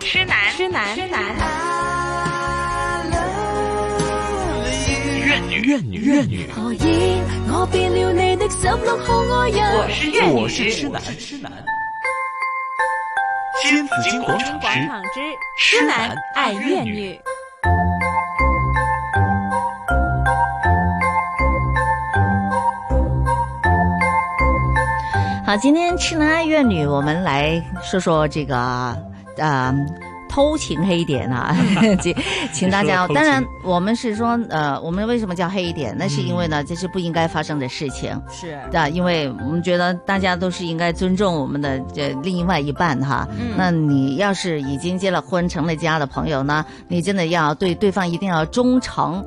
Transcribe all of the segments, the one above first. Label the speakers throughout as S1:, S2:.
S1: 痴男，痴男，痴男。
S2: 怨女，怨女，怨女。
S3: 何以我變了你的十六號愛
S1: 我
S3: 人？
S1: 是怨女，
S2: 我是痴男，痴男。新紫金广场
S1: 广
S2: 之
S1: 场之
S2: 痴
S1: 痴
S2: 男
S1: 男
S2: 爱
S1: 爱
S2: 怨
S1: 怨
S2: 女
S1: 女。
S4: 好，今天痴男爱怨女，我们来说说这个呃偷情黑 点啊，请请大家
S2: 你说偷情
S4: 哦。当然，我们是说呃，我们为什么叫黑点？那
S2: 嗯
S4: 是因为呢，这是不应该发生的事情。
S1: 是，
S4: 对，因为我们觉得大家都是应该尊重我们的这另外一半哈。
S1: 嗯
S4: 那你要是已经结了婚、成了家的朋友呢，你真的要对對方一定要忠誠。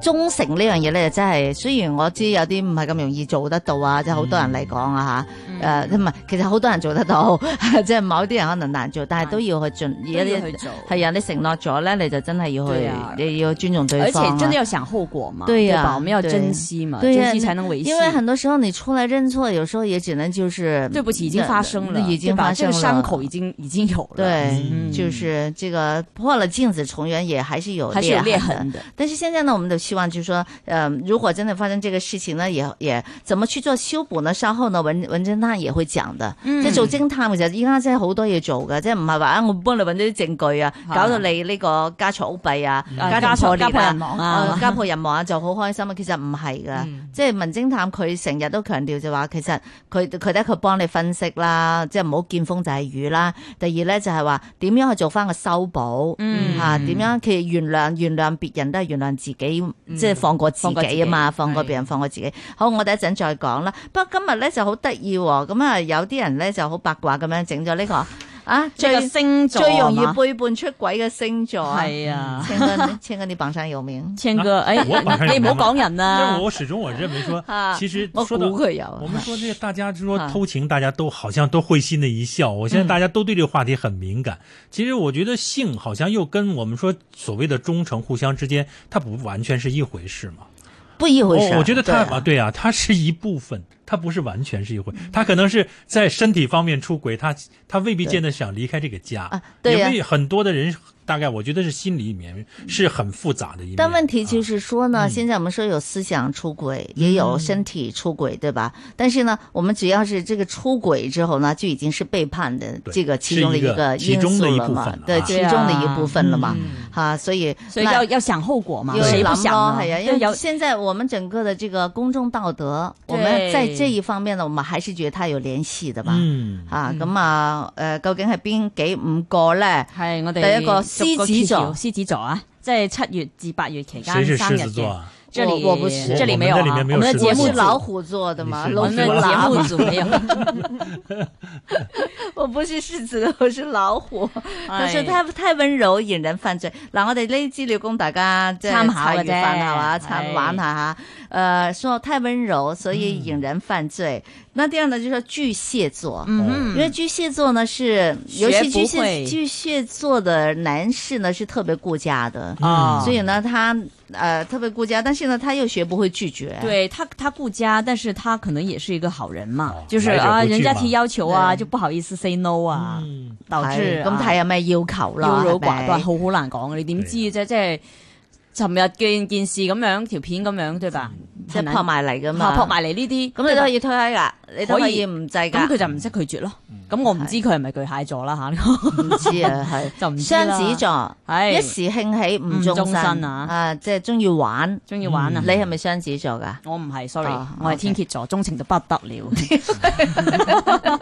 S4: 忠誠呢樣嘢咧，真係雖然我知有啲唔係咁容易做得到啊，即係好多人嚟講啊
S1: 嗯
S4: 吓，誒唔係，其實好多人做得到， 即係某啲人可能難做，但係都要去盡，
S1: 都要
S4: 而家
S1: 去做
S4: 係啊，你承諾咗咧，你就真係要
S1: 對
S4: 去
S1: 啊，
S4: 你要尊重對
S1: 而且
S4: 方啊。
S1: 真的要想后果嘛，
S4: 对呀
S1: 吧？我们要
S4: 对
S1: 珍惜嘛，
S4: 对呀
S1: 珍惜才能维系。
S4: 因为很多时候你出来认错，有时候也只能就是
S1: 对不起，已经发生了，
S4: 已经发生
S1: 对吧这
S4: 了，
S1: 个伤口已经已经有了，，
S4: 对，
S1: 嗯
S4: 就是这个破了镜子重圆，也还是有
S1: 还是有裂
S4: 痕的
S1: 痕。的。
S4: 但是现在呢，我们的希望就是说，呃，如果真的发生这个事情呢，也也怎么去做修补呢？稍后呢，文文侦探也會講嘅。
S1: 嗯
S4: 即係做偵探其實依家真係好多嘢做嘅，即係唔係話啊我幫你揾咗啲證據啊，
S1: 係
S4: 搞到你呢個家嘈屋閉啊，
S1: 啊
S4: 家庭破裂
S1: 家破
S4: 啊
S1: 人。亡
S4: 啊
S1: 啊，
S4: 家破人亡啊，就好開心啊！其實唔係噶，
S1: 嗯
S4: 即係文偵探佢成日都強調就話，其實佢佢得佢幫你分析啦，即係唔好見風就係雨啦。第二咧就係話點樣去做翻個修補，
S1: 嗯
S4: 嚇點樣其實原諒原諒別人都係原諒自己，即係放過自
S1: 放過自
S4: 己
S1: 己
S4: 啊嘛，放過
S1: 係
S4: 別人，放過自己。好，我哋一陣再講啦。不過今日咧就好得意喎，咁啊有啲人咧就好八卦咁樣整咗呢個啊
S1: 这
S4: 最
S1: 个星座
S4: 最容易
S1: 嘛
S4: 背叛出軌嘅星座啊。
S1: 系 啊，
S4: 千哥，千哥，你榜上有名。
S1: 谦哥，哎，
S5: 我晚上有
S1: 你唔好讲人啊
S5: 但
S1: 啦
S5: 是，我始终我认为说
S4: 啊，
S5: 其实
S4: 我估
S5: 说到
S4: 佢有。
S5: 我们说这个大家就说
S4: 啊嗯
S5: 偷情，大家都好像都会心的一笑。我现在大家都对这个话题很敏感。其实我觉得性好像又跟我们说所谓的忠诚互相之间，它不完全是一回事嘛。
S4: 不一回事。
S5: 我我觉得它
S4: 对
S5: 啊，
S4: 啊
S5: 对啊，它是一部分，它不是完全是一回，它可能是在身体方面出轨，他他未必见得想离开这个家
S4: 啊。对呀
S5: 因为很多的人大概我觉得是心里面是很复杂的一面。
S4: 但问题
S5: 啊
S4: 就是说呢，
S5: 嗯
S4: 现在我们说有思想出轨，也有身体出轨，对吧？但是呢，我们只要是这个出轨之后呢，就已经是背叛的
S5: 对
S4: 这个其中的
S5: 是一
S4: 个
S5: 个
S4: 因
S5: 其中
S4: 素
S5: 的一部
S4: 了
S5: 分
S4: 嘛
S5: 了，
S4: 对，
S5: 啊
S4: 其中的一部分了嘛，
S5: 嗯
S4: 哈，所以
S1: 所以
S4: 那
S1: 要要想后果嘛，
S4: 有
S1: 谁不
S4: 狼
S1: 想
S4: 猫
S1: 啊？
S4: 哎呀，因
S1: 对，
S4: 为
S1: 有
S4: 现在我们整个的这个公众道德，我
S1: 对
S4: 们在这一方面呢，我们还是觉得它有联系的吧？
S5: 嗯
S4: 啊，咁啊，诶，究竟系边几五个咧？
S1: 系我哋
S4: 第一個
S1: 逐個
S4: 獅子座
S1: 揭曉獅子座啊，即係七月至八月期
S5: 谁
S1: 間
S5: 是
S1: 生
S5: 狮
S1: 日
S5: 子座
S1: 嘅。
S5: 啊？
S1: 这里
S4: 我我不是
S1: 这里没有
S5: 我
S1: 啊，
S5: 们
S1: 我们的
S5: 这里面没
S1: 节
S5: 有
S4: 我
S5: 狮子
S1: 目
S5: 座
S4: 是
S1: 组
S4: 老虎座的嘛，
S5: 你是
S1: 我
S4: 龙
S1: 们的
S4: 跟
S1: 节
S4: 狼
S1: 目组没有。
S4: 我不是狮子，我是老虎。
S1: 哎
S4: 但是太太温柔，引人犯罪。嗱，我哋呢啲資料供大家即係
S1: 參考嘅啫
S4: 茶餘飯後啊，參
S1: 係
S4: 玩下吓。呃，说太温柔，所以引人犯罪。
S1: 嗯
S4: 那第二呢，就是巨蟹座。因为巨蟹座呢是，
S1: 学
S4: 尤其
S1: 嗯
S4: 巨
S1: 不
S4: 蟹
S1: 会
S4: 巨蟹座的男士呢是特别顾家的，
S5: 哦嗯
S1: 啊，
S4: 所以呢他呃特别顾家，但是呢他又学不会拒绝。
S1: 对他，他顾家，但是他可能也是一个好人嘛
S5: 哦，
S1: 就是
S5: 来者
S1: 啊，
S5: 不拒
S1: 人家
S5: 嘛
S1: 提要求啊，
S4: 对
S1: 就不好意思 say no 啊，
S5: 嗯
S1: 導致
S4: 係咁睇
S1: 啊
S4: 有咩要求啦，
S1: 優柔
S4: 係咪
S1: 寡斷，好好難講嘅，你點知
S5: 對
S1: 啫？即係尋日嘅件事咁樣，條片咁樣對吧？
S4: 即
S1: 係
S4: 嗯係
S1: 咪
S4: 撲埋嚟噶嘛，
S1: 啊撲埋嚟呢啲，
S4: 咁你都可以推開噶，你都可
S1: 可
S4: 以
S1: 以
S4: 唔制
S1: 咁
S4: 噶。
S1: 佢就唔識拒絕咯。咁我唔知佢係咪巨蟹座啦吓，
S4: 唔知啊，係
S1: 就唔知啦
S4: 雙子座，
S1: 係
S4: 一時興起唔
S1: 唔
S4: 終
S1: 終
S4: 身
S1: 身啊
S4: 啊，嗯即係中意玩。
S1: 中意玩啊
S4: 你。係咪雙子座噶？
S1: 我唔係，sorry，
S4: 哦
S1: 我係
S4: OK
S1: 天蝎座，鍾情到不得了。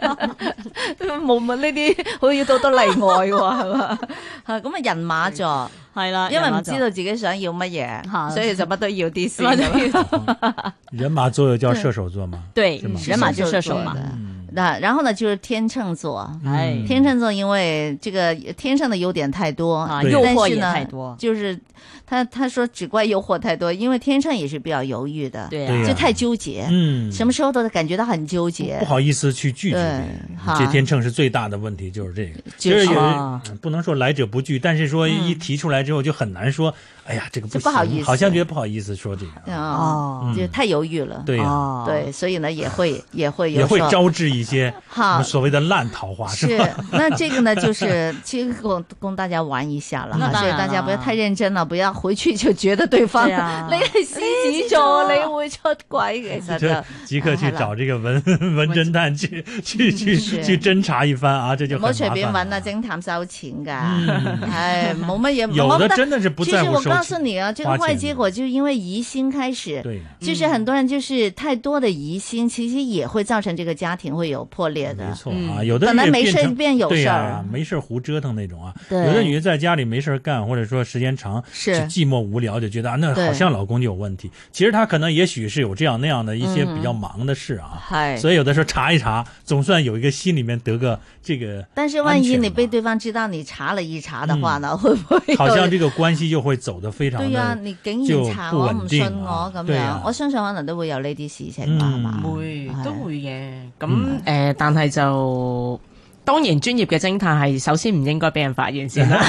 S4: 冇冇呢啲， 好似到得例外喎，係嘛？咁 啊，人馬座，
S1: 係啦，
S4: 因為
S1: 人馬
S4: 唔
S1: 座
S4: 知道自己想要乜
S1: 嚇
S4: 嘢，所以就乜都要啲 先。
S1: 乜都
S4: 係嘛
S5: 人马座又叫射手座吗？
S1: 对
S5: 是吗
S1: 人馬就射手 嘛，
S4: 的
S5: 嗯
S4: 那然后呢，就是天秤座。
S1: 唉
S5: 嗯
S4: 哎天秤座因为这个天上的优点太多
S1: 啊，
S5: 对
S1: 诱惑
S4: 但是
S1: 也
S4: 呢
S1: 太多，
S4: 就是他他说只怪诱惑太多，因为天秤也是比较犹豫的，
S1: 对
S5: 对
S1: 啊
S5: 呀，
S4: 就太纠结，
S5: 嗯，
S4: 什么时候都感觉到很纠
S5: 不
S4: 结。
S5: 好意思去拒绝别
S4: 对
S5: 人
S4: 哈，
S5: 这天秤是最大的问题，就是这个。其
S4: 就是
S5: 实也
S4: 哦
S1: 啊
S5: 嗯不能说来者不拒，但是说一提出来之后就很难说，哎呀，这个
S4: 嗯就
S5: 不
S4: 不好
S5: 行
S4: 意思
S5: 好像觉得不好意思说这个。
S4: 啊，
S1: 哦
S5: 嗯
S4: 就太犹豫了。
S5: 对呀，
S1: 哦
S4: 对，所以呢也会也会有
S5: 也会
S4: 时候啊
S5: 招致一一些
S4: 好
S5: 我们所谓的烂桃花，
S4: 是
S5: 吧？，
S4: 那这个呢，就是其实供供大家玩一下了哈，
S1: 那当
S4: 所以
S1: 然
S4: 大家
S1: 啦
S4: 不要太认真了，不要回去就覺得對方
S1: 對啊
S4: 你係獅子座，你會出軌，其實
S5: 哎 这
S4: 就。
S5: 即刻去找这个文文侦探去去去
S4: 嗯是
S5: 去侦查一番啊，这就
S4: 唔好
S5: 很
S4: 隨
S5: 麻
S4: 便
S5: 烦
S4: 揾
S5: 了
S4: 啊，偵探收錢噶，
S5: 嗯
S4: 唉，冇乜嘢。
S5: 有
S4: 我覺
S5: 的
S4: 得
S5: 真的是不
S4: 其
S5: 在
S4: 實
S5: 乎
S4: 我
S5: 收
S4: 告訴
S5: 钱，
S4: 你啊，這個
S5: 花
S4: 壞
S5: 钱
S4: 結
S5: 的
S4: 果就是因為疑心開始，
S5: 对，
S4: 就是很多人就是太多的疑心，其實也會造成這個家庭會有破裂的嗯
S5: 没。错啊，有的
S4: 本
S5: 人
S4: 来
S5: 也
S4: 没事
S5: 变成
S4: 变有
S5: 对
S4: 事
S5: 呀、
S4: 儿
S5: 没事儿胡折腾那种啊。
S4: 对
S5: 有的女的在家里没事儿干，或者说时间长
S4: 是
S5: 寂寞无聊，就觉得啊，那
S4: 对
S5: 好像老公就有问题。其实她可能也许是有这样那样的一些比
S4: 嗯
S5: 较忙的事啊，
S1: 係
S5: 所以有的时候查一查，总算有一个心里面得个这个。
S4: 但是万一你被对方知道你查了一查的话呢， 會唔會
S5: 嗯好
S4: 有
S5: 像这个关系就会走得非常
S4: 對啊，
S5: 的。
S4: 你竟
S5: 就
S4: 然查
S5: 不
S4: 我
S5: 穩
S4: 唔信
S5: 定
S4: 我
S5: 啊
S4: 咁
S5: 對
S4: 樣，
S5: 啊
S4: 我相信可能都會有呢啲事情吧，係嘛、
S5: 嗯
S6: 會
S4: 係
S6: 都會嘅。
S5: 嗯
S6: 咁誒，但係就當然專業嘅偵探係首先唔應該俾人發現先啦。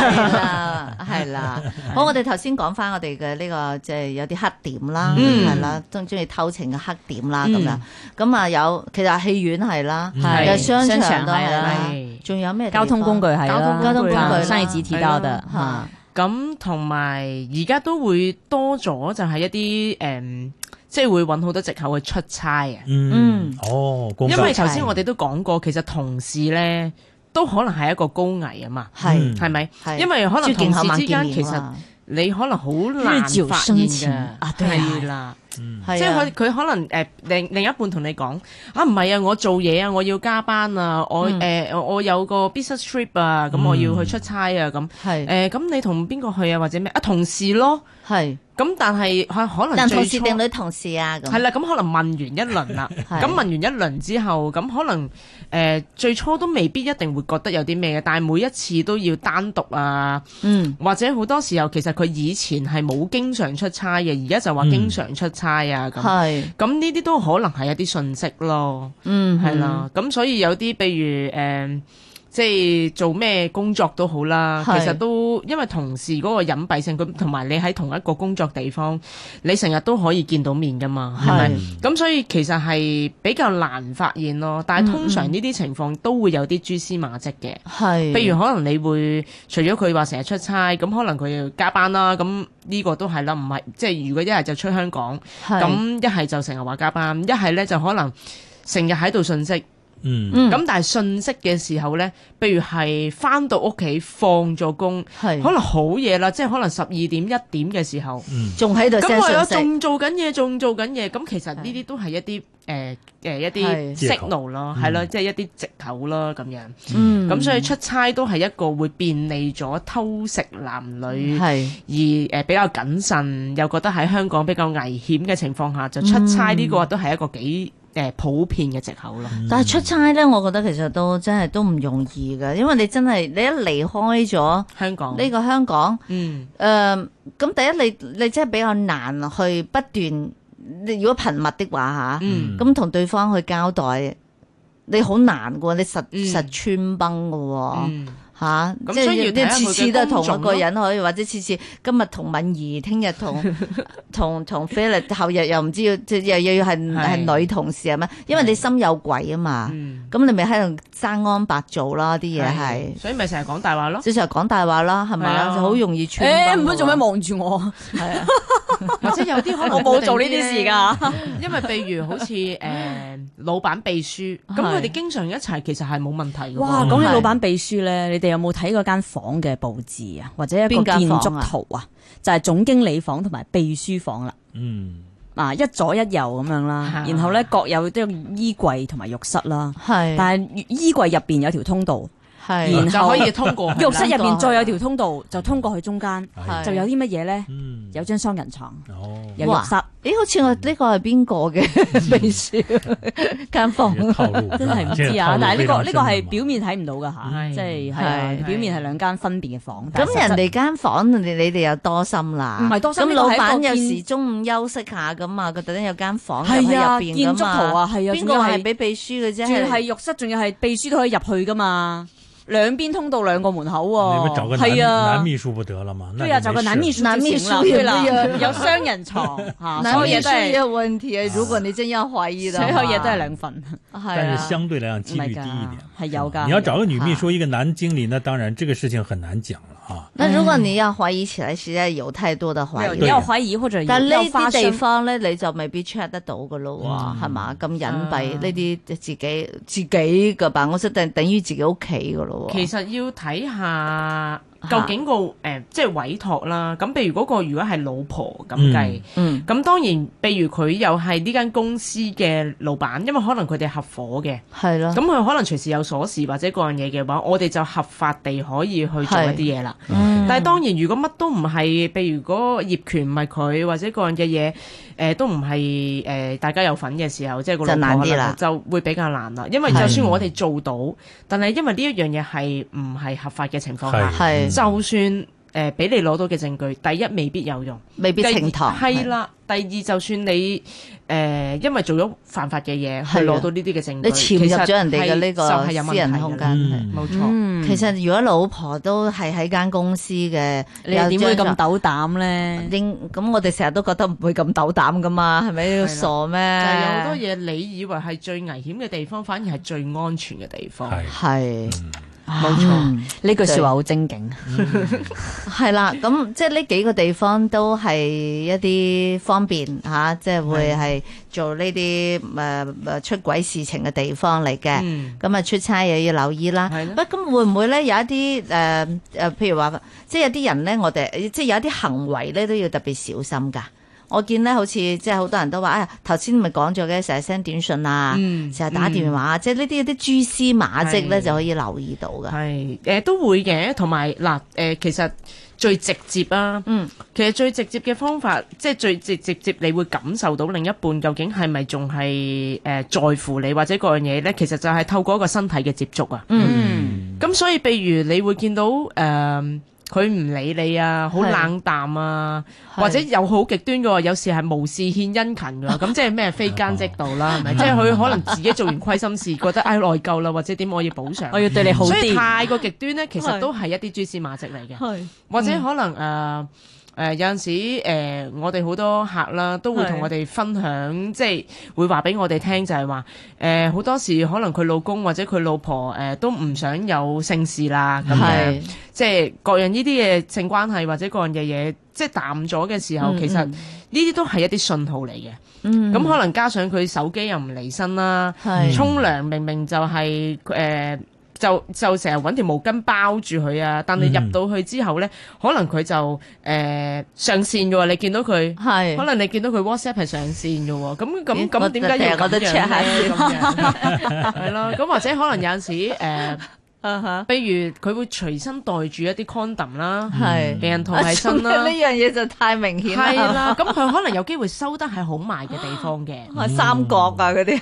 S4: 係啦，係啦。好，我哋頭先講翻我哋嘅呢個即係有啲黑點啦，
S6: 嗯
S4: 係啦，中中意偷情嘅黑點啦咁
S6: 嗯
S4: 樣。咁啊有，其實戲院係啦，
S6: 係
S4: 有商
S1: 商
S4: 場
S1: 場
S4: 都係
S1: 係
S4: 啦
S1: 啦，
S6: 係
S4: 仲有咩地
S1: 交通工具係
S6: 交
S1: 啦
S6: 通，
S4: 工具啦
S1: 啊上一集提到的
S4: 方嚇
S6: 嗯
S1: 哈，
S6: 咁同埋而家都會多咗，就係一啲誒、嗯即係會揾好多藉口去出差啊。
S5: 嗯，哦，工
S6: 因
S5: 作
S6: 為頭先我哋都講過，其實同事呢都可能係一個高危啊嘛，
S4: 係
S5: 嗯
S6: 係咪？
S4: 係
S6: 因為可能
S4: 最
S6: 同
S4: 勁口
S6: 事
S4: 猛
S6: 之間
S4: 見
S6: 其
S4: 面啊
S6: 實
S4: 啦，
S6: 你可能好難
S1: 日久
S6: 發現
S1: 生情
S6: 嘅
S1: 啊對啊
S6: 係啦。
S4: 係
S6: 即係
S4: 啊
S6: 佢佢可能誒、呃另另一半同你講啊，唔係啊，我做嘢啊，我要加班啊，我誒、
S4: 嗯
S6: 呃我我有個 business trip 啊，咁我要去出差啊，咁
S4: 係
S6: 誒咁你同邊個去啊，或者咩啊同事咯，
S4: 係
S6: 咁但係可可能
S4: 男
S6: 最
S4: 同事
S6: 初
S4: 定女同事啊
S6: 係
S4: 咁，
S6: 啦，咁可能問完一輪啦，
S4: 係
S6: 咁問完一輪之後，咁可能誒、呃最初都未必一定會覺得有啲咩嘅，但係每一次都要單獨啊。
S4: 嗯
S6: 或者好多時候，其實佢以前係冇經常出差嘅，而家
S4: 嗯
S6: 就話經常出差啊咁。
S4: 係
S6: 咁呢啲都可能係一啲信息咯，
S4: 嗯
S6: 係啦。咁所以有啲譬如誒、呃即係做咩工作都好啦，其
S4: 係
S6: 實都因為同事嗰個隱蔽性，咁同埋你喺同一個工作地方，你成日都可以見到面噶嘛，係咪
S5: 嗯
S4: 係？
S6: 咁所以其實係比較難發現咯，但
S4: 嗯
S6: 係通常呢啲情況都會有啲蛛絲馬跡嘅。
S4: 係，
S6: 譬如可能你會除咗佢話成日出差，咁可能佢要加班啦，咁呢個都係啦，唔係即係如果一係就出香港，
S4: 係
S6: 咁一係就成日話加班，一係咧就可能成日喺度信息，咁、
S5: 嗯
S4: 嗯
S6: 但係信息嘅時候咧，譬如係翻到屋企放咗工，
S4: 係
S6: 可能好夜啦，即係可能十二點一點嘅時候。
S5: 嗯
S4: 仲喺度
S6: 咁
S4: send
S6: 我有
S4: 信息。
S6: 仲做緊嘢，仲做緊嘢，咁其實呢啲都係一啲誒誒一
S4: 係
S6: 啲
S5: 藉口
S6: signal 咯，係咯，即係一啲藉口咯咁樣。
S4: 嗯
S6: 咁所以出差都係一個會便利咗偷食男女，而
S4: 係
S6: 誒、呃比較謹慎，又覺得喺香港比較危險嘅情況下，就出差呢個都係一個幾誒、呃普遍嘅藉口咯。
S5: 嗯
S4: 但係出差咧，我覺得其實都真係都唔容易嘅，因為你真係你一離開咗
S6: 香港
S4: 呢個香港，
S6: 嗯
S4: 誒、咁第一你你真係比較難去不斷，你如果頻密的話嚇，
S6: 嗯
S4: 咁同、對方去交代，你好難嘅喎，你實、
S6: 嗯
S4: 實穿崩嘅喎。
S6: 嗯，
S4: 吓、
S6: 咁
S4: 即係
S6: 所以要睇下
S4: 你次次都同
S6: 佢嘅
S4: 一
S6: 工
S4: 個
S6: 種咯
S4: 人可以，或者次次今日同敏儀，聽日同 同同 Philip，後日又唔知要即係又又要係
S6: 係
S4: 係女同事係咩？因為你心有鬼啊嘛，
S6: 嗯
S4: 咁、你咪喺度生安白做啦，啲嘢係
S6: 係，。所以咪成日講大話咯，
S4: 即係成日講大話啦，係
S6: 係
S4: 咪？
S6: 啊
S4: 就好容易啊穿
S1: 誒
S4: 崩㗎喎。
S1: 唔好做咩望住我，
S6: 或 者有啲可能
S1: 我冇做呢啲事㗎。
S6: 因為譬如好似誒、呃老闆秘書，咁佢哋經常一齊，其實係冇問題嘅喎。
S1: 哇！講起
S4: 係
S1: 老闆秘書咧，你哋有冇睇過間房嘅佈置啊，或者一個
S4: 邊間
S1: 建
S4: 房啊
S1: 築圖啊？就係總經理房同埋秘書房啦。
S5: 嗯，
S1: 啊，一左一右咁樣啦
S6: 啊，
S1: 然後咧各有啲衣櫃同埋浴室啦，
S4: 係
S1: 但係衣櫃入邊有條通道，
S4: 係
S1: 然
S6: 就
S1: 後
S6: 可以通過
S1: 浴室
S6: 係啦
S1: 入邊再有條通道，就通過去中間，
S5: 哎
S4: 啊係
S1: 就有啲乜嘢咧？
S5: 嗯，
S1: 有張雙人床，
S5: 哦，
S1: 有浴室，
S4: 咦？好似我呢個係邊個嘅 秘書間房？
S1: 嗯
S5: 这个套路
S1: 真係唔知 啊！但係呢個呢個係表。面睇唔到㗎吓，
S6: 係
S1: 即係係啊
S4: 係
S1: 表面係兩間分別嘅房。但係
S4: 咁人
S1: 實質
S4: 哋間房你你哋又多心啦，
S1: 唔係多心
S4: 咁
S1: 呢個
S4: 老
S1: 係一個
S4: 闆有
S1: 建
S4: 時中午休息下咁啊嘛，佢特登有間房入喺入
S1: 係啊
S4: 邊
S1: 建築
S4: 噶
S1: 圖
S4: 嘛。
S1: 啊，係啊，
S4: 邊
S1: 仲
S4: 個
S1: 要
S4: 係
S1: 係
S4: 俾秘書嘅啫？
S1: 仲要係浴室，仲要係秘書都可以入去㗎嘛。兩邊通道兩個門口
S5: 你们
S1: 喎，
S5: 找个男
S1: 係啊
S5: 男。秘书不得了吗？那
S1: 對啊，
S5: 就
S1: 找個
S5: 没
S1: 男
S5: 事
S1: 秘書
S4: 男
S1: 就
S4: 秘
S1: 行啦
S4: 書也
S1: 對
S4: 不
S1: 啦，
S4: 要啊
S1: 有雙人床 嚇，
S4: 男
S1: 所有
S4: 秘
S1: 嘢都
S4: 书
S1: 係
S4: 也有問題，啊如果你真要懷疑的
S1: 所
S4: 話，
S1: 有嘢都係兩份，
S4: 係
S5: 但
S4: 啊
S5: 是相对来讲几率低一点。
S1: 係有㗎。
S5: 你要找个女秘书，一个男经理，那当然这个事情很难讲了啊。
S4: 那如果
S6: 嗯
S4: 你要懷疑起來，實在有太多的懷
S1: 有
S4: 疑
S1: 有。懷疑或者有
S4: 但呢
S1: 有發
S4: 啲地
S1: 生
S4: 方咧，你就未必 check 得到噶咯
S6: 嗯
S4: 喎，係嘛？咁隱
S6: 啊
S4: 蔽呢啲自己自己嘅辦公室，等等於自己屋企噶咯喎。
S6: 其實要睇下究竟個誒、呃即係委託啦。咁譬如嗰個如果係老婆咁計，咁、
S4: 嗯
S6: 當然，譬如佢又係呢間公司嘅老闆，因為可能佢哋合夥嘅，
S4: 係咯，
S6: 咁佢可能隨時有鎖匙或者嗰樣嘢嘅話，我哋就合法地可以去做一啲嘢啦。
S4: 嗯
S6: 但係當然，如果乜都唔係，譬如嗰個業權唔係佢，或者嗰樣嘅嘢，誒、都唔係誒大家有份嘅時候，即係個老
S4: 就難
S6: 婆
S4: 啲
S6: 可
S4: 啦
S6: 能就會比較難啦。因為就算我哋做到，但係因為呢一樣嘢係唔係合法嘅情況下，
S4: 係
S6: 就算誒俾、你攞到嘅證據，第一未必有用，
S4: 未必
S6: 第二
S4: 呈堂。
S6: 係，啦。第二就算你誒、因為做咗犯法嘅嘢，去
S4: 係啊
S6: 攞到呢啲嘅證據，
S4: 你潛入咗人哋嘅呢
S6: 其實係就係有
S4: 個
S6: 問
S4: 私人
S6: 題㗎
S4: 空
S6: 啦
S4: 間。係
S5: 嗯
S6: 冇錯。
S1: 嗯
S4: 其實如果老婆都係喺間公司嘅，
S1: 你點會咁
S4: 有張
S1: 斗膽咧？
S4: 應咁我哋成日都覺得唔會咁斗膽噶嘛，係咪？傻
S6: 但係有
S4: 咩？
S6: 好多嘢，你以為係最危險嘅地方，反而係最安全嘅地方。
S5: 哎
S4: 係
S1: 冇
S4: 嗯。
S1: 呢句説話好啊精警。
S4: 係啦，咁即係呢幾個地方都係一啲方便吓、啊即係會係做呢啲诶出軌事情嘅地方嚟嘅。
S6: 嗯，
S4: 咁啊、出差又要留意啦。
S6: 係
S4: 喂，咁會唔會咧有一啲诶诶，譬如話，即係有啲人咧，我哋即係有一啲行為咧都要特別小心㗎。我見咧好似即係好多人都話，啊頭先咪講咗嘅，成日 send 短信啊，
S6: 嗯
S4: 成日、打電話，即係呢啲有啲蛛絲馬跡咧
S6: 係
S4: 就可以留意到㗎。
S6: 係誒都會嘅，同埋嗱誒，其實最直接啊，
S4: 嗯，
S6: 其實最直接嘅方法，即係最直直接，你會感受到另一半究竟係咪仲係誒在乎你或者嗰樣嘢咧？其實就係透過一個身體嘅接觸啊。
S1: 嗯，
S6: 咁所以，譬如你會見到誒。佢唔理你啊，好
S4: 係
S6: 冷淡啊，
S4: 係
S6: 或者又好極端嘅喎，有時係無事獻殷勤㗎喎，咁即係咩非奸即盜啦，係咪？即係佢可能自己做完虧心事，覺得唉內疚啦，或者點我要補償啊
S1: 我。要對你好
S6: 所以
S1: 啲。
S6: 太過極端咧，其實都係一啲蛛絲馬跡嚟嘅，或者
S4: 嗯
S6: 可能誒誒、呃呃有陣時誒、呃我哋好多客啦，都會
S1: 係
S6: 同我哋分享，即係會話俾我哋聽就係話誒好多時可能佢老公或者佢老婆誒、呃都唔想有性事啦，咁樣
S4: 係
S6: 即係各樣呢啲嘅性關係或者各樣嘅嘢，即係淡咗嘅時候，
S4: 嗯
S6: 其實呢啲都係一啲信號嚟嘅。
S4: 嗯
S6: 咁、可能加上佢手機又唔離身啦。
S4: 係
S6: 沖涼明明就係、呃就就成日揾條毛巾包住佢啊，但係
S5: 嗯
S6: 入到去之後咧，可能佢就誒、呃上線嘅喎，你見到佢，
S4: 係
S6: 可能你見到佢 WhatsApp 係上線嘅喎，咁咁
S4: 嗯咦
S6: 咁
S4: 我
S6: 點解要
S4: 我都
S6: 咁
S4: check 下
S6: 樣咧？咁樣係咯，咁或者可能有陣時誒，呃
S4: 啊
S6: 譬如佢會隨身袋住一啲 condom 啦，
S4: 係
S6: 避孕套 喺身啦
S4: 啊呢，樣嘢就太明顯
S6: 係
S4: 啦，
S6: 啦，咁佢可能有機會收得喺好埋嘅地方嘅。
S4: 係三角啊嗰啲，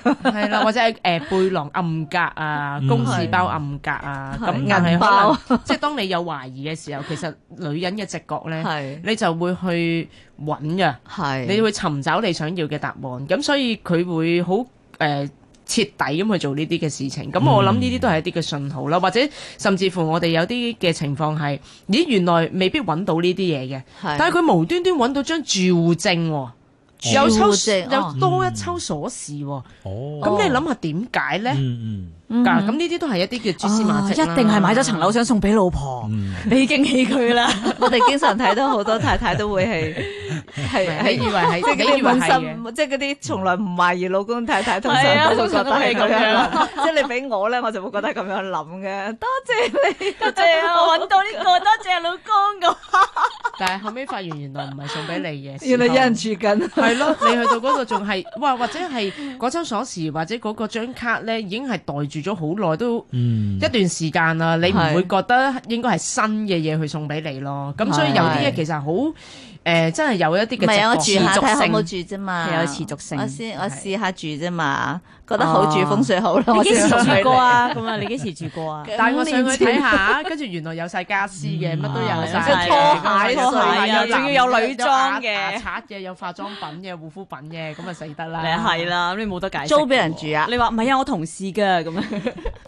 S6: 係啦，或者係誒背囊暗格啊
S5: 嗯，
S6: 公事包暗格啊，
S4: 係
S6: 咁
S4: 銀
S6: 但係
S4: 包
S6: 可能即係當你有懷疑嘅時候，其實女人嘅直覺咧，
S4: 係
S6: 你就會去揾嘅，
S4: 係
S6: 嗯你會尋找你想要嘅答案，咁所以佢會好誒。徹底咁去做呢啲嘅事情，咁我諗呢啲都係一啲嘅信號啦，或者甚至乎我哋有啲嘅情況係，咦原來未必揾到呢啲嘢嘅，
S4: 係
S6: 但係佢無端端揾到張住戶證喎，有
S4: 住
S6: 抽
S4: 戶證哦
S6: 有多一抽鎖匙喎，
S5: 哦，
S1: 嗯
S6: 咁你諗下點解咧？
S5: 嗯
S4: 嗯
S6: 嗱，咁呢啲都係一啲嘅蛛絲馬
S1: 啊
S6: 跡
S1: 一定係買咗層樓想送俾老婆，
S5: 嗯
S1: 你驚喜佢啦。
S4: 我哋經常睇到好多太太都會係係
S6: 係 你以
S4: 係。
S6: 為係，
S4: 即係嗰
S6: 你以
S4: 啲
S6: 為
S4: 本
S6: 係嘅。
S4: 身，即係嗰啲從來唔懷疑老公太太，通
S1: 係啊
S4: 常都會
S1: 通常
S4: 覺
S1: 都
S4: 得係
S1: 係
S4: 咁
S1: 咁樣
S4: 樣。即係你俾我咧，我就會覺得係咁樣諗嘅。多謝你，多
S1: 謝啊，我揾到呢、個，多謝老公咁。
S6: 但係後尾發現原來唔係送俾你嘅時候，
S4: 原來有人住緊，
S6: 係咯，你去到嗰度仲係，哇，或者係嗰抽鎖匙或者嗰個張卡咧，已經係袋住咗好耐都。
S5: 嗯，
S6: 一段時間啦，你唔
S4: 係
S6: 會覺得應該係新嘅嘢去送俾你咯。咁所以有啲嘢其實好誒、呃真係有一啲
S4: 唔係啊，我
S6: 嘅
S4: 住
S6: 直覺
S4: 下睇
S6: 持
S4: 下好唔好
S6: 續
S4: 住
S6: 性。
S4: 啫嘛。
S1: 係有持續性
S4: 我先我試下住啫嘛，覺得好住
S1: 哦
S4: 風水好啦。
S1: 你
S4: 我
S1: 幾時
S4: 先
S1: 住
S4: 送俾
S1: 過
S4: 你？
S1: 啊？咁啊，你幾時住過啊？
S6: 帶我
S4: 五
S6: 上
S4: 年
S6: 去
S4: 前
S6: 睇下，跟住原來有晒家私嘅，乜都有
S1: 啊
S6: 晒，
S1: 有
S4: 拖鞋
S6: 有
S4: 拖鞋啊
S6: 有
S1: 仲要有
S6: 男
S1: 女裝嘅
S6: 有牙刷嘅，有化妝品嘅，護膚品嘅，咁啊死得啦！
S1: 你係啦，你冇得解釋。
S4: 租俾人住啊
S1: 你話唔係啊？嗯我同事㗎咁樣。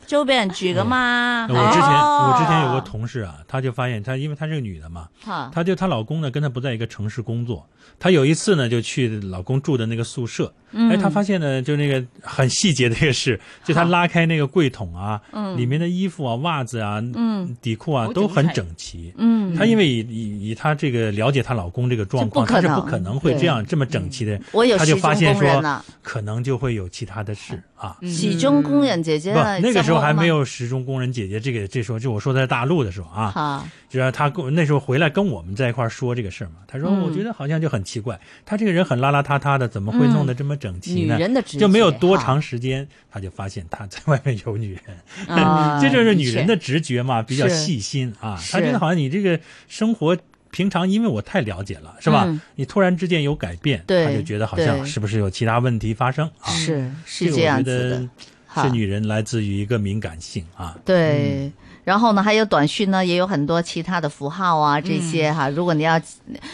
S4: 租俾人住噶嘛？
S5: 嗯我之前
S1: 哦
S5: 我之前有个同事啊，她就发现她因为她是个女的嘛，
S4: 嚇
S5: 她就她老公呢跟她不在一个城市工作，她有一次呢就去老公住的那个宿舍，哎，她发现呢就那个很细节的一个事，就她拉开那个柜桶啊，里面的衣服啊、袜子啊、
S4: 嗯
S5: 底裤啊
S6: 好
S5: 都很
S6: 整
S5: 整齐。
S4: 嗯，
S5: 她因为以以以她这个了解她老公这个状况，
S4: 这
S5: 她
S4: 不可
S5: 是
S4: 能
S5: 不可能会
S4: 对
S5: 这样这么整齐的人，
S4: 我有
S5: 她就
S4: 時
S5: 发
S4: 鐘
S5: 现
S4: 工人
S5: 说
S4: 啦，
S5: 可能就会有其他的事啊。
S4: 時鐘工人姐姐
S5: 不
S4: 啊，
S5: 那个时候还没
S4: 有
S5: 有时钟工人姐姐这个这时候，就我说在大陆的时候啊，
S4: 嚇
S5: 就是他跟我那时候回来跟我们在一块儿说这个事儿嘛，他说
S4: 嗯
S5: 我觉得好像就很奇怪，他这个人很邋邋遢遢的，怎么会弄得这么整齐
S4: 女
S5: 呢？
S4: 人的直
S5: 就没有
S4: 覺
S5: 多
S4: 嚇
S5: 长时间，他就发现他在外面有女人，
S4: 啊
S5: 这 就是女
S4: 的
S5: 人
S4: 確
S5: 的直觉嘛，比较
S4: 是
S5: 细心啊。
S4: 是
S5: 他觉得好像你这个生活平常，因为我太了解了，是吧？
S4: 嗯
S5: 你突然之间有改变，
S4: 对
S5: 他就觉得好
S4: 对
S5: 像是不是有其他问题发生啊？
S4: 是
S5: 这
S4: 是
S5: 个
S4: 这
S5: 我
S4: 样
S5: 觉
S4: 子的
S5: 得。
S4: 哈
S5: 是女人来自于一个敏感性啊。
S4: 对。然后呢，还有短讯呢，也有很多其他的符号啊，这
S5: 嗯
S4: 些哈。如果你要，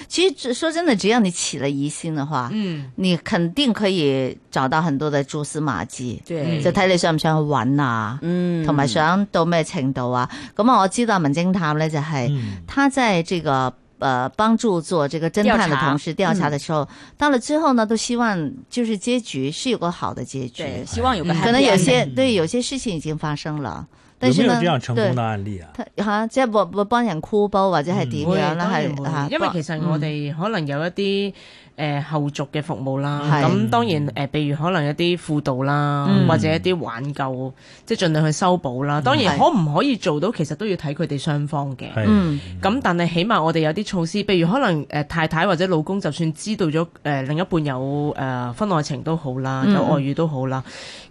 S4: 其实只说真的，只要你起了疑心的话，
S6: 嗯，
S4: 你肯定可以找到很多嘅蛛絲馬跡，
S1: 對
S4: 就睇你想唔想去揾啊，
S1: 嗯
S4: 同埋想到咩程度啊。咁啊，我知道文偵探咧就係、
S5: 嗯，
S4: 他在这个呃帮助做这个侦探的同时调查的时候，到了最后呢，都希望就是结局是有个好的结局，
S1: 对，希望嗯有個
S4: 可能有
S1: happy
S4: 些
S5: ending
S4: 对有些事情已经发生了，但
S5: 有
S4: 是
S5: 没有
S4: 呢，
S5: 这样成
S4: 对
S5: 功的案例啊？
S4: 他吓，即系冇冇幫人箍煲或者係點
S6: 會
S4: 樣啦，
S6: 當然
S4: 係啊
S6: 會
S4: 吓，
S6: 因為
S4: 幫
S6: 其實我哋可能有一啲誒後續嘅服務啦，
S4: 係
S6: 咁當然誒，譬如可能一啲輔導啦
S4: 嗯，
S6: 或者一啲挽救，即係盡量去修補啦。當然
S4: 係
S6: 可唔可以做到，其實都要睇佢哋雙方嘅。
S5: 係
S4: 嗯
S6: 咁但係起碼我哋有啲措施，譬如可能誒、呃太太或者老公，就算知道咗誒、呃另一半有誒、呃婚外情都好啦，
S4: 嗯
S6: 有外遇都好啦，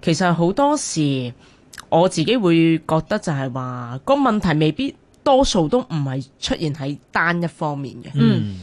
S6: 其實好多時我自己會覺得就係話個問題未必多數都唔係出現喺單一方面嘅，
S5: 嗯，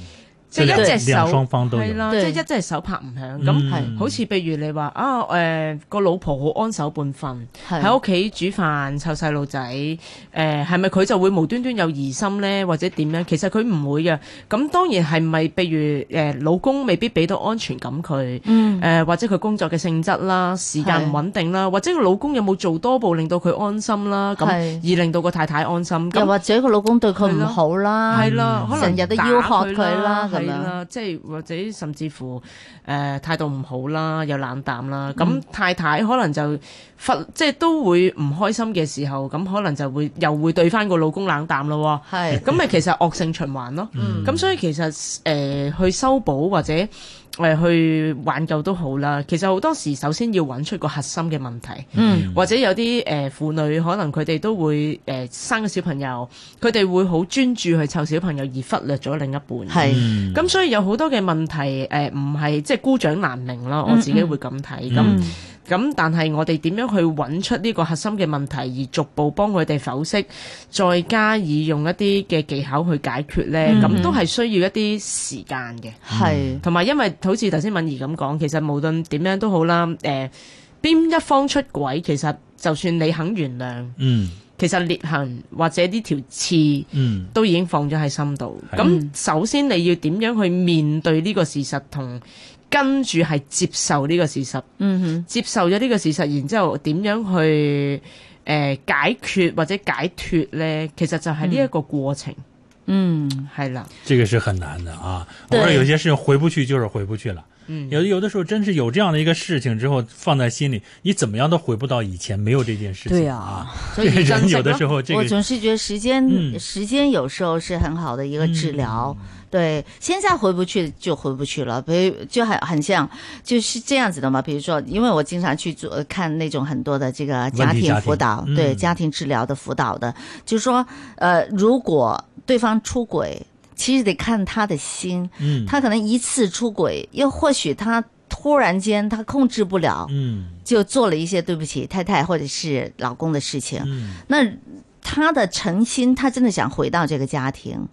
S6: 即係一
S5: 兩
S6: 隻
S5: 兩
S6: 手
S5: 雙方都有
S6: 係。啦，即
S4: 對
S6: 係一隻手拍唔響咁。
S5: 嗯
S4: 係
S6: 好似譬如你話啊，誒、個老婆好安守本分，
S4: 係
S6: 喺屋企煮飯湊細路仔，誒係咪佢就會無端端有疑心呢？或者點樣？其實佢唔會嘅。咁當然係咪譬如誒、呃老公未必俾到安全感佢，誒、
S4: 嗯
S6: 或者佢工作嘅性質啦、時間唔穩定啦，或者個老公有冇做多步令到佢安心啦，咁
S4: 係
S6: 而令到個太太安心。
S4: 又
S6: 咁
S4: 或者個老公對佢唔好啦，
S6: 係啦，可
S4: 嗯
S6: 能
S4: 成日都要喝佢啦咁樣
S6: 係啦，即係或者甚至乎誒、呃、態度唔好啦，又冷淡啦，
S4: 嗯
S6: 咁、太太可能就忽即係都會唔開心嘅時候，咁可能就會又會對翻個老公冷淡咯喎。
S4: 係
S6: 咁咪其實惡性循環咯。
S5: 嗯
S6: 嗯
S4: 嗯
S6: 咁、所以其實誒、呃去修補或者誒、呃去挽救都好啦。其實好多時首先要揾出個核心嘅問題。
S4: 嗯
S6: 或者有啲誒、呃、婦女可能佢哋都會誒、呃生個小朋友，佢哋會好專注去湊小朋友，而忽略咗另一半。
S4: 係
S5: 嗯
S6: 咁所以有好多嘅問題誒，唔係即係孤掌難鳴咯，我自己會咁睇。咁
S5: 嗯
S6: 咁、但係我哋點樣去揾出呢個核心嘅問題，而逐步幫佢哋剖析，再加以用一啲嘅技巧去解決呢？咁、都係需要一啲時間嘅。
S4: 係
S6: 同埋因為好似頭先敏儀咁講，其實無論點樣都好啦，誒、邊一方出軌，其實就算你肯原諒，
S5: 嗯
S6: 其實裂痕或者呢條刺
S5: 嗯
S6: 都已經放咗喺心度。
S5: 係
S6: 咁首先你要點樣去面對呢個事實，同跟住係接受呢個事實，
S4: 嗯
S6: 接受咗呢個事實，然之後點樣去？誒、解決或者解脱呢，其實就係呢一個過程，
S4: 哼嗯
S6: 係啦、
S5: 这个是很难的啊。我
S4: 对
S5: 说有些事情回不去就是回不去了。
S6: 嗯
S5: 有有的时候真是有这样的一个事情之后放在心里，你怎么样都回不到以前没有这件事情。
S1: 对
S5: 啊
S1: 啊，
S6: 所以
S5: 这
S6: 珍
S5: 人
S6: 惜
S5: 有的
S6: 咯
S5: 时候这
S4: 我
S5: 个
S4: 总是覺得時間
S5: 嗯
S4: 時間有時候是很好的一個治療。對，現在回不去就回不去了，比如就很很像就是這樣子的嘛。比如說，因為我經常去做看那種很多的這個家
S5: 問題
S4: 庭
S5: 家庭
S4: 輔導，
S5: 嗯
S4: 對家庭治療的輔導的，就说，呃，如果對方出軌，其實得看他的心，
S5: 嗯
S4: 他可能一次出轨，又或许他突然间他控制不了，
S5: 嗯
S4: 就做了一些对不起太太或者是老公的事情。
S5: 嗯
S4: 那他的诚心，他真的想回到这个家庭，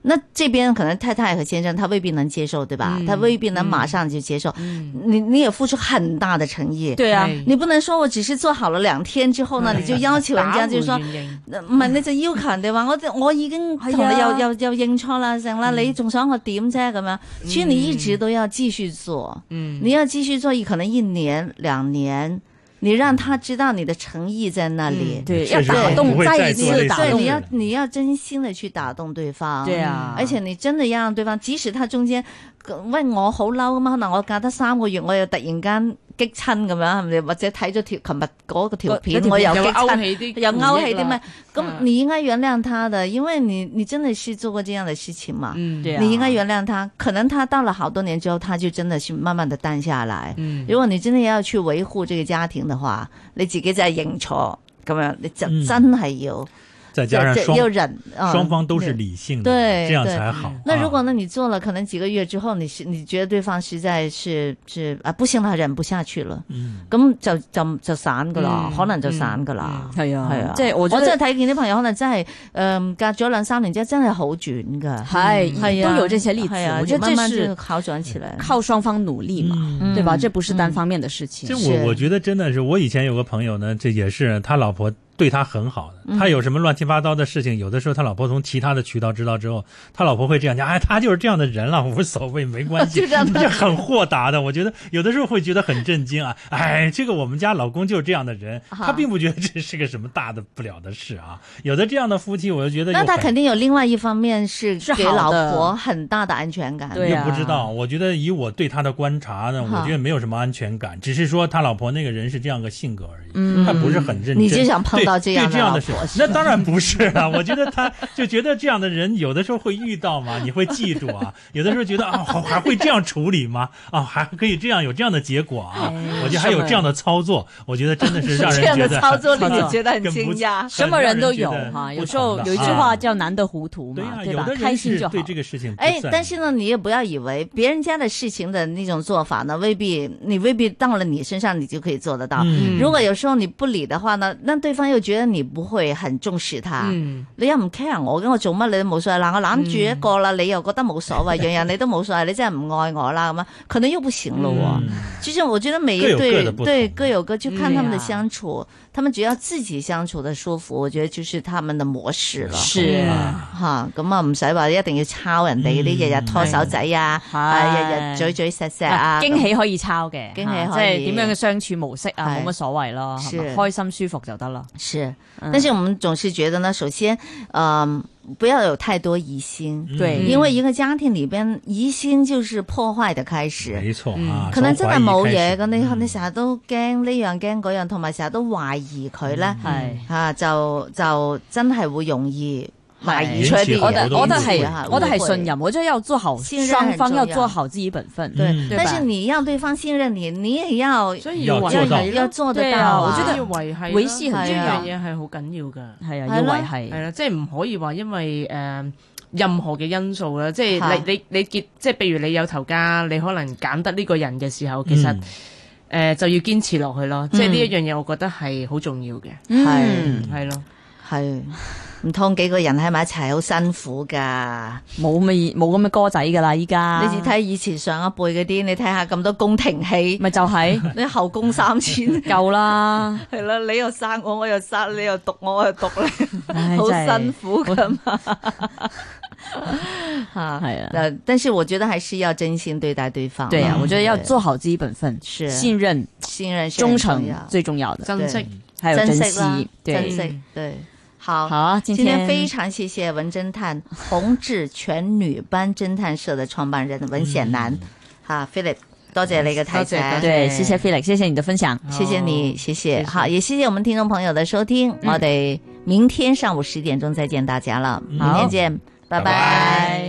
S4: 那这边可能太太和先生他未必能接受，对吧？
S6: 嗯
S4: 他未必能马上就接受。
S6: 嗯，
S4: 你你也付出很大的诚意，
S1: 对啊，
S6: 係
S4: 你不能说我只是做好了两天之后呢，
S6: 嗯
S4: 你就要求人家 就說
S6: 打回原形
S4: 唔係呃你就要求人哋話我我已經同
S1: 係
S4: 你
S1: 啊
S4: 又又又認錯啦，成啦，你仲想我點啫咁樣？所以你一直都要繼續做，
S6: 嗯，
S4: 你要繼續做，可能一年兩年，你讓他知道你的誠意在那裡。
S1: 对，
S5: 确
S1: 要
S5: 实
S1: 打
S4: 不
S1: 动，
S5: 会
S1: 再
S5: 再
S1: 一
S5: 做
S1: 次
S5: 类似
S1: 打
S5: 的
S4: 对，
S1: 动
S5: 事情。
S4: 嗯你要你要真心的去打動對方。
S1: 对啊，
S4: 而且你真係要讓對方，即使他中間，喂我好嬲啊嘛，可能我隔得三個月，我又突然間激親咁樣，係咪？或者睇咗條琴日嗰個條
S1: 嗰嗰
S4: 片，
S1: 條
S4: 我又激
S6: 又勾
S4: 親。
S6: 起啲
S4: 有勾起
S6: 回憶
S4: 啲
S6: 啦
S4: 咩？？咁
S6: 嗯
S4: 你应该原谅他的，因为你你真的是做过这样的事情嘛，
S6: 嗯，
S1: 对啊
S4: 你应该原谅他。可能他到了好多年之后，他就真的是慢慢的淡下来。
S6: 嗯
S4: 如果你真的要去维护这个家庭的话，你自己就系认错咁样，你就
S5: 嗯
S4: 真系要、
S5: 再
S4: 就
S5: 加上
S4: 就
S5: 双
S4: 要忍。嗯
S5: 双方都是。理性的，
S4: 对
S5: 这样
S4: 对
S5: 才好。
S4: 那
S5: 啊
S4: 如果呢？你做了可能几个月之后，你是你觉得对方实在是是啊不行啦，忍不下去了，
S5: 嗯
S4: 咁就就就散噶啦，
S6: 嗯
S4: 可能就
S6: 嗯
S4: 散噶啦。
S6: 嗯
S1: 系
S4: 係啊
S1: 啊，即係我
S4: 我
S1: 覺
S4: 真
S1: 得
S4: 係睇見啲朋友可能真係，誒隔咗兩三年之後真係好轉噶，
S1: 係
S4: 係啊，
S1: 都有這些例子，
S4: 係啊
S1: 我覺得
S4: 慢
S1: 这
S4: 慢就是好轉起來。
S1: 靠雙方努力嘛，
S5: 嗯，
S1: 對吧？
S4: 嗯
S1: 这不是单方面的事情
S5: 这。
S4: 是
S5: 我我觉得真的是，我以前有个朋友呢，这也是他老婆对他很好的，
S4: 嗯
S5: 他有什么乱七八糟的事情，有的时候他老婆从其他的渠道知道之后，他老婆会这样讲，哎，他就是这样的人了，无所谓，没关系，
S4: 就让他
S5: 这很豁达的。我觉得有的时候会觉得很震惊啊，哎，这个我们家老公就是这样的人，
S4: 啊
S5: 他并不觉得这是个什么大的不了的事啊。有的这样的夫妻，我就觉得
S4: 那
S5: 又
S4: 他
S5: 很
S4: 肯定有另外一方面是
S1: 是
S4: 给老
S1: 好的
S4: 婆很大的安全感。
S1: 对
S5: 又
S1: 啊
S5: 不知道，我觉得以我对他的观察呢，
S4: 哈
S5: 我觉得没有什么安全感，只是说他老婆那个人是这样个性格而已，
S1: 嗯
S5: 他不是很认真。
S4: 你就想碰到这
S5: 对
S4: 样的
S5: 对这样
S4: 老
S5: 的
S4: 婆
S5: 事，那当然不是了。我觉得他就觉得这样的人有的时候会遇到嘛，你会记住啊。有的时候觉得啊，还还会这样处理吗？啊，还可以这样有这样的结果啊？
S4: 哎
S5: 我觉得还有这样的操作，我觉得真的是让人
S4: 这样
S5: 觉
S4: 的
S5: 得
S4: 操作令你
S5: 很
S4: 觉得很
S5: 很
S4: 惊
S5: 不
S4: 讶。
S1: 什么人都有
S5: 很让
S1: 哈，
S5: 人觉得
S1: 有
S5: 不
S1: 时
S5: 同
S1: 候
S5: 的
S1: 有一句
S5: 啊
S1: 话叫难得糊涂
S5: 对
S1: 嘛，
S5: 呀，
S1: 对
S5: 啊有
S1: 吧
S5: 的？
S1: 开
S5: 人
S1: 心
S5: 是
S1: 就好
S5: 对。这个事情不
S4: 哎，
S5: 在
S4: 但
S5: 意
S4: 是呢，你也不要以为别人家的事情的那种做法呢，未必你未必到了你身上你就可以做得到。
S5: 嗯
S4: 如果有时候你不理的话呢，那对方又觉得你不会很重视他。
S6: 嗯，
S4: 你又唔 care 我嘅，我做乜你都冇所謂啦。我攬住
S5: 嗯
S4: 一個啦，你又覺得冇所 謂，樣樣你都冇所謂，你真係唔愛我啦咁啊，可能又不行咯喎。
S5: 嗯
S4: 其實我覺得每一
S5: 各有各
S4: 對
S5: 的不同
S4: 对各有各，就看他們的
S1: 嗯呀
S4: 相處，他們只要自己相處的舒服，我覺得就是他們的模式啦。
S1: 是
S5: 啊
S4: 吓咁啊，唔使話一定要抄人哋嗰
S5: 嗯
S4: 啲日日拖手仔啊，
S1: 係
S4: 啊日日嘴嘴錫錫啊，
S1: 惊喜可以抄嘅，
S4: 驚喜
S1: 嚇
S4: 可
S1: 即
S4: 以
S1: 係點樣嘅相處模式啊，
S4: 係
S1: 冇乜所謂咯，係
S4: 是
S1: 咪開心舒服就得啦。
S4: 是。
S5: 嗯
S4: 但是我們總是覺得呢，首先，嗯，不要有太多疑心。
S1: 對，
S4: 因為一個家庭裏邊疑心就是破壞嘅開始，
S5: 没错啊，
S4: 嗯可能真係冇嘢嘅，
S5: 咁
S4: 你你成日都驚呢樣驚嗰樣，同埋成日都懷疑佢咧，
S1: 係。
S4: 吓、就就真係會容易懷疑
S1: 係
S4: 出一
S5: 引
S4: 啲
S5: 起
S1: 我
S5: 好多
S4: 嘢
S1: 的
S5: 都
S1: 我的
S5: 是
S1: 很
S5: 啊
S1: 我的很
S4: 误会
S1: 信任，我觉得要做好
S4: 信任
S1: 双方
S4: 很
S1: 要
S4: 重要
S1: 做好自己本分。
S4: 对，
S5: 嗯
S1: 对
S4: 但
S1: 吧
S4: 是你要對方信任你，你也要啊
S6: 所以
S5: 要
S6: 維
S5: 做到
S6: 係咯
S4: 要做得
S1: 對
S4: 到、
S1: 啊
S4: 啊。
S1: 我覺
S6: 所
S1: 得
S6: 以維係
S1: 維繫
S6: 呢
S4: 很重要
S6: 樣嘢係好緊要㗎。
S1: 系啊，
S4: 係
S1: 要
S4: 咯
S1: 维系
S6: 係。啦，即係唔可以話因為誒、呃任何嘅因素啦，即
S4: 嚇
S6: 係你你你結，即係譬如你有頭家，你可能揀得呢個人嘅時候，其實
S4: 嗯
S6: 誒、呃就要堅持落去咯。即係呢一樣嘢，我覺得係好重要嘅，
S4: 嗯係
S6: 係咯。
S4: 係唔通幾個人喺埋一齊好辛苦㗎。
S1: 冇咁嘅冇咁嘅歌仔噶啦，依家
S4: 你只睇以前上一輩嗰啲，你睇下咁多宮廷戲，
S1: 咪就係
S4: 你後宮三千。
S1: 夠 啦，
S4: 系啦，你又生我，我又生，你又毒我，我又毒你，
S1: 嗯唉
S4: 好
S1: 真係
S4: 辛苦噶 嘛。吓
S1: 係啊
S4: 呃但是我觉得还是要真心对待对方。
S1: 對啊，
S4: 嗯
S1: 我覺得要做好自己本分，
S4: 是
S1: 信任、
S4: 信任是
S1: 忠
S4: 很重
S1: 誠
S4: 要、
S1: 最重要的，
S6: 珍惜
S1: 还有珍
S4: 珍惜啦
S1: 惜。，
S4: 珍
S1: 对，
S4: 惜对。好，
S1: 好，今
S4: 今天
S1: 天
S4: 非常谢谢文 侦探红至全女班侦探社的创办人文显南，哈 Philip，多谢你嘅提
S6: 多謝多
S4: 醒。
S1: 对，嗯谢谢 Felix，谢谢你的分享。
S4: 谢谢你，谢哦谢，嗯
S6: 谢谢
S4: 好，也谢谢我们听众朋友的收听，我得明天上午十点钟再见大家了，明
S5: 好
S4: 天见，拜
S5: 拜
S4: 拜。